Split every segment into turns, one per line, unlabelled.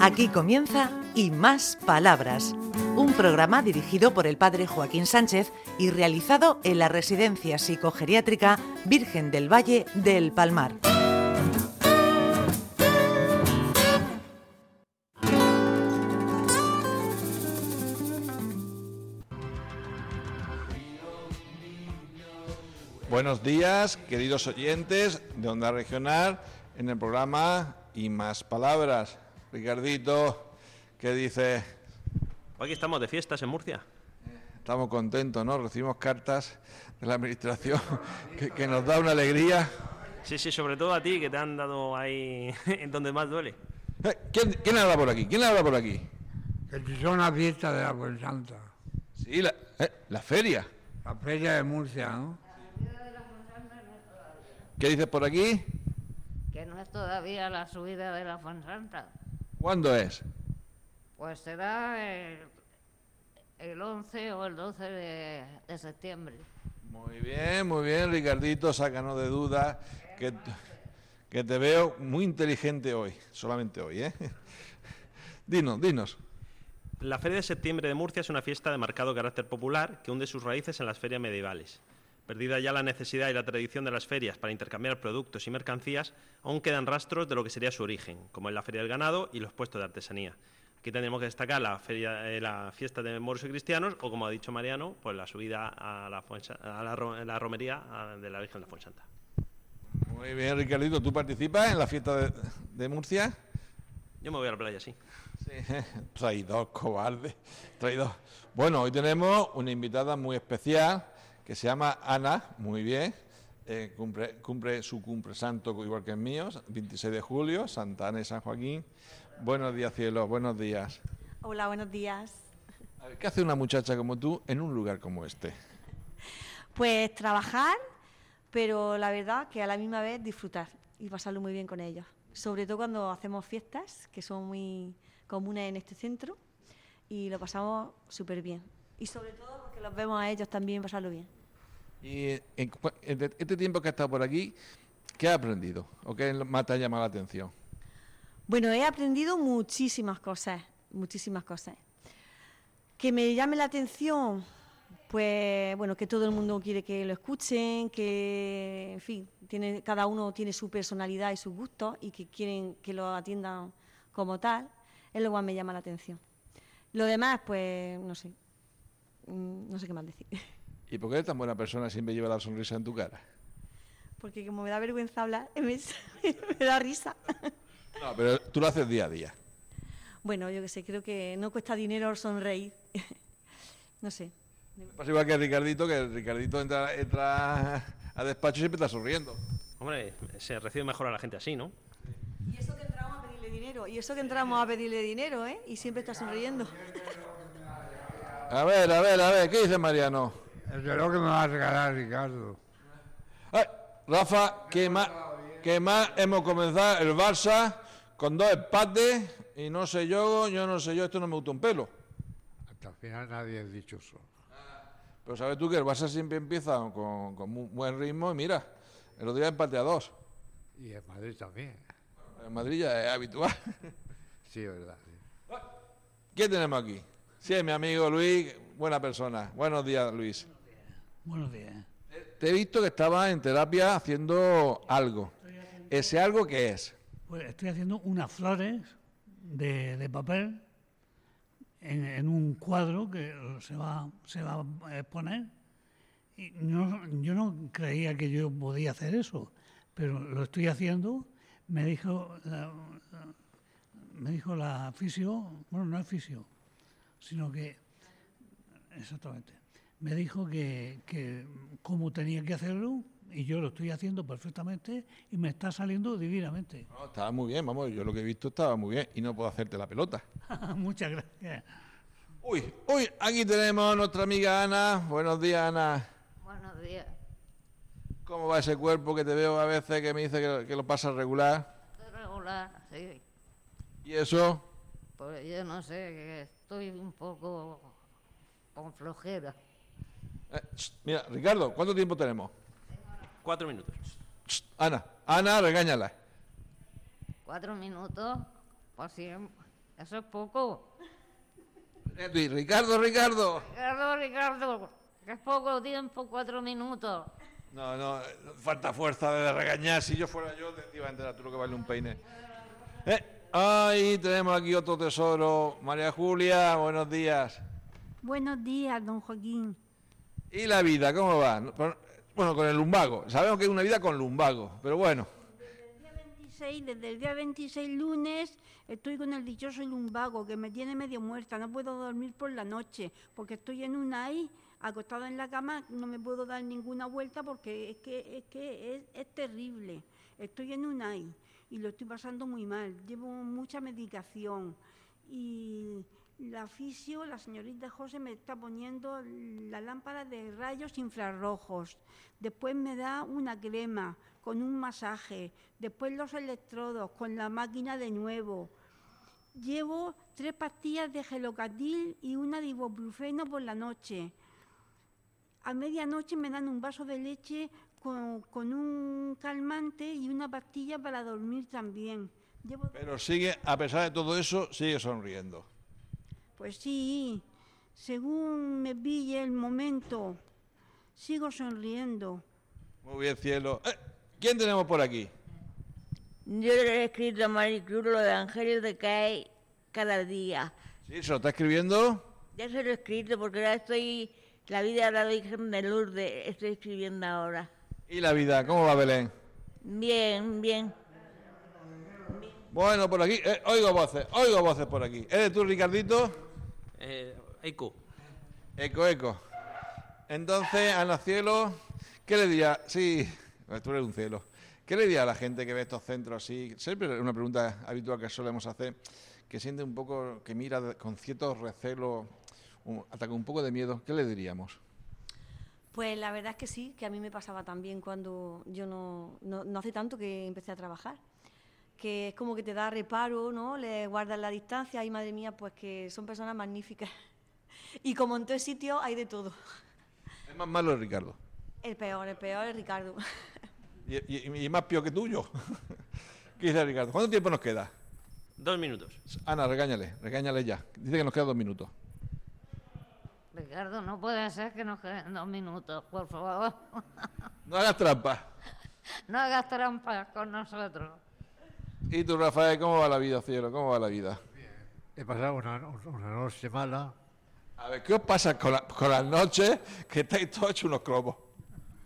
Aquí comienza Y Más Palabras, un programa dirigido por el padre Joaquín Sánchez y realizado en la Residencia Psicogeriátrica Virgen del Valle del Palmar.
Buenos días, queridos oyentes de Onda Regional, en el programa Y Más Palabras. Ricardito, ¿qué dice?
Aquí estamos de fiestas en Murcia.
Estamos contentos, ¿no? Recibimos cartas de la administración que, que nos da una alegría.
Sí, sí, sobre todo a ti que te han dado ahí en donde más duele.
Eh, ¿Quién, quién habla por aquí? ¿Quién habla por aquí?
Que empezó una fiesta de la Buen Santa,
Sí, la, eh, la feria.
la feria de Murcia, ¿no?
¿Qué dices por aquí?
que no es todavía la subida de la Fonsanta.
¿Cuándo es?
Pues será el, el 11 o el 12 de, de septiembre.
Muy bien, muy bien, Ricardito, sácanos de dudas, que, que te veo muy inteligente hoy, solamente hoy, ¿eh? Dinos, dinos.
La Feria de Septiembre de Murcia es una fiesta de marcado carácter popular que hunde sus raíces en las ferias medievales. Perdida ya la necesidad y la tradición de las ferias para intercambiar productos y mercancías, aún quedan rastros de lo que sería su origen, como en la Feria del Ganado y los puestos de artesanía. Aquí tenemos que destacar la, feria, eh, la fiesta de moros y cristianos, o como ha dicho Mariano, pues la subida a la, Fuensa- a la ro- la romería ah, de la Virgen de la Fuensanta.
Muy bien, Ricardito, ¿tú participas en la fiesta de, de Murcia?
Yo me voy a la playa, sí.
Sí. Traidor, cobarde, traidor. Bueno, hoy tenemos una invitada muy especial que se llama Ana, muy bien. eh, cumple, cumple su cumple santo igual que el mío, 26 de julio, Santa Ana y San Joaquín. Buenos días, cielo, buenos días.
Hola, buenos días.
A ver, ¿Qué hace una muchacha como tú en un lugar como este?
Pues trabajar, pero la verdad que a la misma vez disfrutar y pasarlo muy bien con ellos. Sobre todo cuando hacemos fiestas, que son muy comunes en este centro, y lo pasamos súper bien. Y sobre todo porque los vemos a ellos también pasarlo bien.
Y eh, en cu- en de- este tiempo que has estado por aquí, ¿qué has aprendido? ¿O qué es lo más te ha llamado la atención?
Bueno, he aprendido muchísimas cosas, muchísimas cosas. Que me llame la atención, pues bueno, que todo el mundo quiere que lo escuchen, que, en fin, tiene, cada uno tiene su personalidad y sus gustos y que quieren que lo atiendan como tal, es lo que más me llama la atención. Lo demás, pues no sé, Mm, no sé qué más decir.
¿Y por qué eres tan buena persona siempre lleva la sonrisa en tu cara?
Porque como me da vergüenza hablar, me, me da risa.
No, pero tú lo haces día a día.
Bueno, yo qué sé, creo que no cuesta dinero sonreír. no sé.
Pasa igual que Ricardito, que Ricardito entra, entra a despacho y siempre está sonriendo.
Hombre, se recibe mejor a la gente así, ¿no?
Y eso que entramos a pedirle dinero, y eso que entramos a pedirle dinero, ¿eh? Y siempre está sonriendo.
A ver, a ver, a ver, ¿qué dice Mariano?
El reloj que me va a regalar Ricardo.
Ay, Rafa, ¿qué más, ¿qué más hemos comenzado? El Barça con dos empates y no sé yo, yo no sé yo, esto no me gusta un pelo.
Hasta el final nadie es dichoso.
Pero sabes tú que el Barça siempre empieza con, con muy buen ritmo y mira, el otro día empate a dos.
Y en Madrid también.
En Madrid ya es habitual.
Sí, es verdad. sí.
¿Qué tenemos aquí? Sí, mi amigo Luis, buena persona. Buenos días, Luis.
Buenos días.
Te he visto que estabas en terapia haciendo algo. ¿Ese algo qué es?
Pues estoy haciendo unas flores de, de papel en, en un cuadro que se va, se va a exponer. Y no, yo no creía que yo podía hacer eso, pero lo estoy haciendo. Me dijo la, la- me dijo la fisio, bueno, no es fisio, sino que, exactamente, me dijo que, que cómo tenía que hacerlo y yo lo estoy haciendo perfectamente y me está saliendo divinamente.
No, estaba muy bien, vamos, yo lo que he visto estaba muy bien y no puedo hacerte la pelota.
Muchas gracias.
Uy, uy, aquí tenemos a nuestra amiga Ana. Buenos días, Ana.
Buenos días.
¿Cómo va ese cuerpo que te veo a veces que me dice que, que lo pasas regular?
Estoy regular, sí.
¿Y eso?
Pues yo no sé, que estoy un poco con flojera.
Eh, sh, mira, Ricardo, ¿cuánto tiempo tenemos?
Cuatro minutos.
Sh, Ana, Ana, regáñala.
Cuatro minutos, por siempre. pues Eso es poco.
Ricardo, Ricardo, Ricardo.
Ricardo, Ricardo, que es poco tiempo, cuatro minutos.
No, no, eh, falta fuerza de regañar. Si yo fuera yo, te iba a enterar tú lo que vale un peine. Eh, ahí tenemos aquí otro tesoro. María Julia, buenos días.
Buenos días, don Joaquín.
¿Y la vida, cómo va? No, pero- Bueno, con el lumbago. Sabemos que es una vida con lumbago, pero bueno.
El día 26, desde el día 26 lunes estoy con el dichoso lumbago que me tiene medio muerta. No puedo dormir por la noche porque estoy en una ahí, acostada en la cama, no me puedo dar ninguna vuelta porque es que es, que es, es terrible. Estoy en una ahí y lo estoy pasando muy mal. Llevo mucha medicación y la fisio, la señorita José, me está poniendo la lámpara de rayos infrarrojos. Después me da una crema con un masaje. Después los electrodos con la máquina de nuevo. Llevo tres pastillas de gelocatil y una de ibuprofeno por la noche. A medianoche me dan un vaso de leche con, con un calmante y una pastilla para dormir también. Llevo
Pero sigue, a pesar de todo eso, sigue sonriendo.
Pues sí, según me pille el momento, sigo sonriendo.
Muy bien, cielo. Eh, ¿Quién tenemos por aquí?
Yo le he escrito a Maricruz los evangelios de cae cada día.
Sí, se lo está escribiendo.
Ya se lo he escrito porque ahora estoy, la vida de la Virgen de Lourdes, estoy escribiendo ahora.
¿Y la vida, cómo va Belén?
Bien, bien.
Bueno, por aquí, eh, oigo voces, oigo voces por aquí. ¿Eres tú, Ricardito?
Eh, Eiku,
Eco, eco. Entonces, Ana Cielo, ¿qué le diría? Sí, tú eres un cielo. ¿Qué le diría a la gente que ve estos centros así? Siempre es una pregunta habitual que solemos hacer, que siente un poco, que mira de- con cierto recelo, un- hasta con un poco de miedo. ¿Qué le diríamos?
Pues la verdad es que sí, que a mí me pasaba también cuando yo no, no, no hace tanto que empecé a trabajar, que es como que te da reparo, ¿no? Le guardas la distancia y madre mía, pues que son personas magníficas. Y como en todo sitio hay de todo.
Es más malo, Ricardo.
El peor, el peor es Ricardo.
Y, y- y más pío que tuyo. ¿Qué dice Ricardo? ¿Cuánto tiempo nos queda?
Dos minutos.
Ana, regáñale, regáñale ya. Dice que nos quedan dos minutos.
Ricardo, no puede ser que nos queden dos minutos, por favor.
No hagas trampa.
No hagas trampas con nosotros.
¿Y tú, Rafael, cómo va la vida, cielo? ¿Cómo va la vida?
He pasado una, una noche mala.
A ver, ¿qué os pasa con, la- con las noches que estáis todos hechos unos cromos?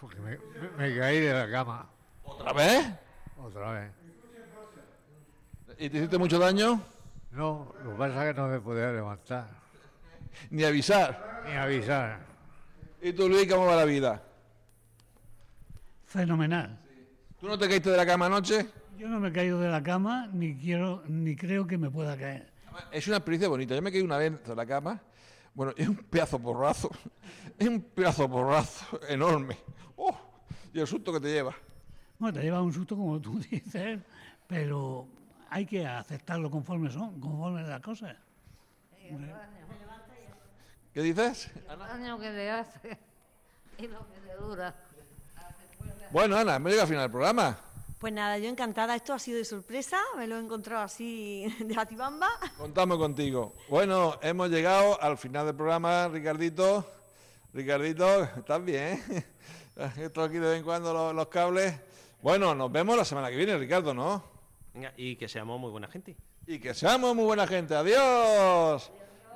Porque me, me- me caí de la cama
¿Otra vez?
otra vez.
¿Y te hiciste mucho daño?
No, lo que pasa es que no me podía levantar
Ni avisar.
ni avisar.
¿Y tú, Luis, cómo va la vida?
Fenomenal.
¿Tú no te caíste de la cama anoche?
Yo no me he caído de la cama ni quiero ni creo que me pueda caer.
Es una experiencia bonita. Yo me caí una vez de la cama. Bueno, es un pedazo porrazo. Es un pedazo porrazo enorme. ¡Oh! Y el susto que te lleva.
Bueno, te lleva un susto como tú dices, pero hay que aceptarlo conforme son, conforme las cosas.
¿Qué dices?
El daño que le hace y lo que le dura.
Bueno, Ana, me llega al final del programa.
Pues nada, yo encantada, esto ha sido de sorpresa, me lo he encontrado así de atibamba.
Contamos contigo. Bueno, hemos llegado al final del programa, Ricardito. Ricardito, ¿estás bien? Esto aquí de vez en cuando lo- los, cables. Bueno, nos vemos la semana que viene, Ricardo, ¿no?
Venga, y que seamos muy buena gente.
Y que seamos muy buena gente. Adiós.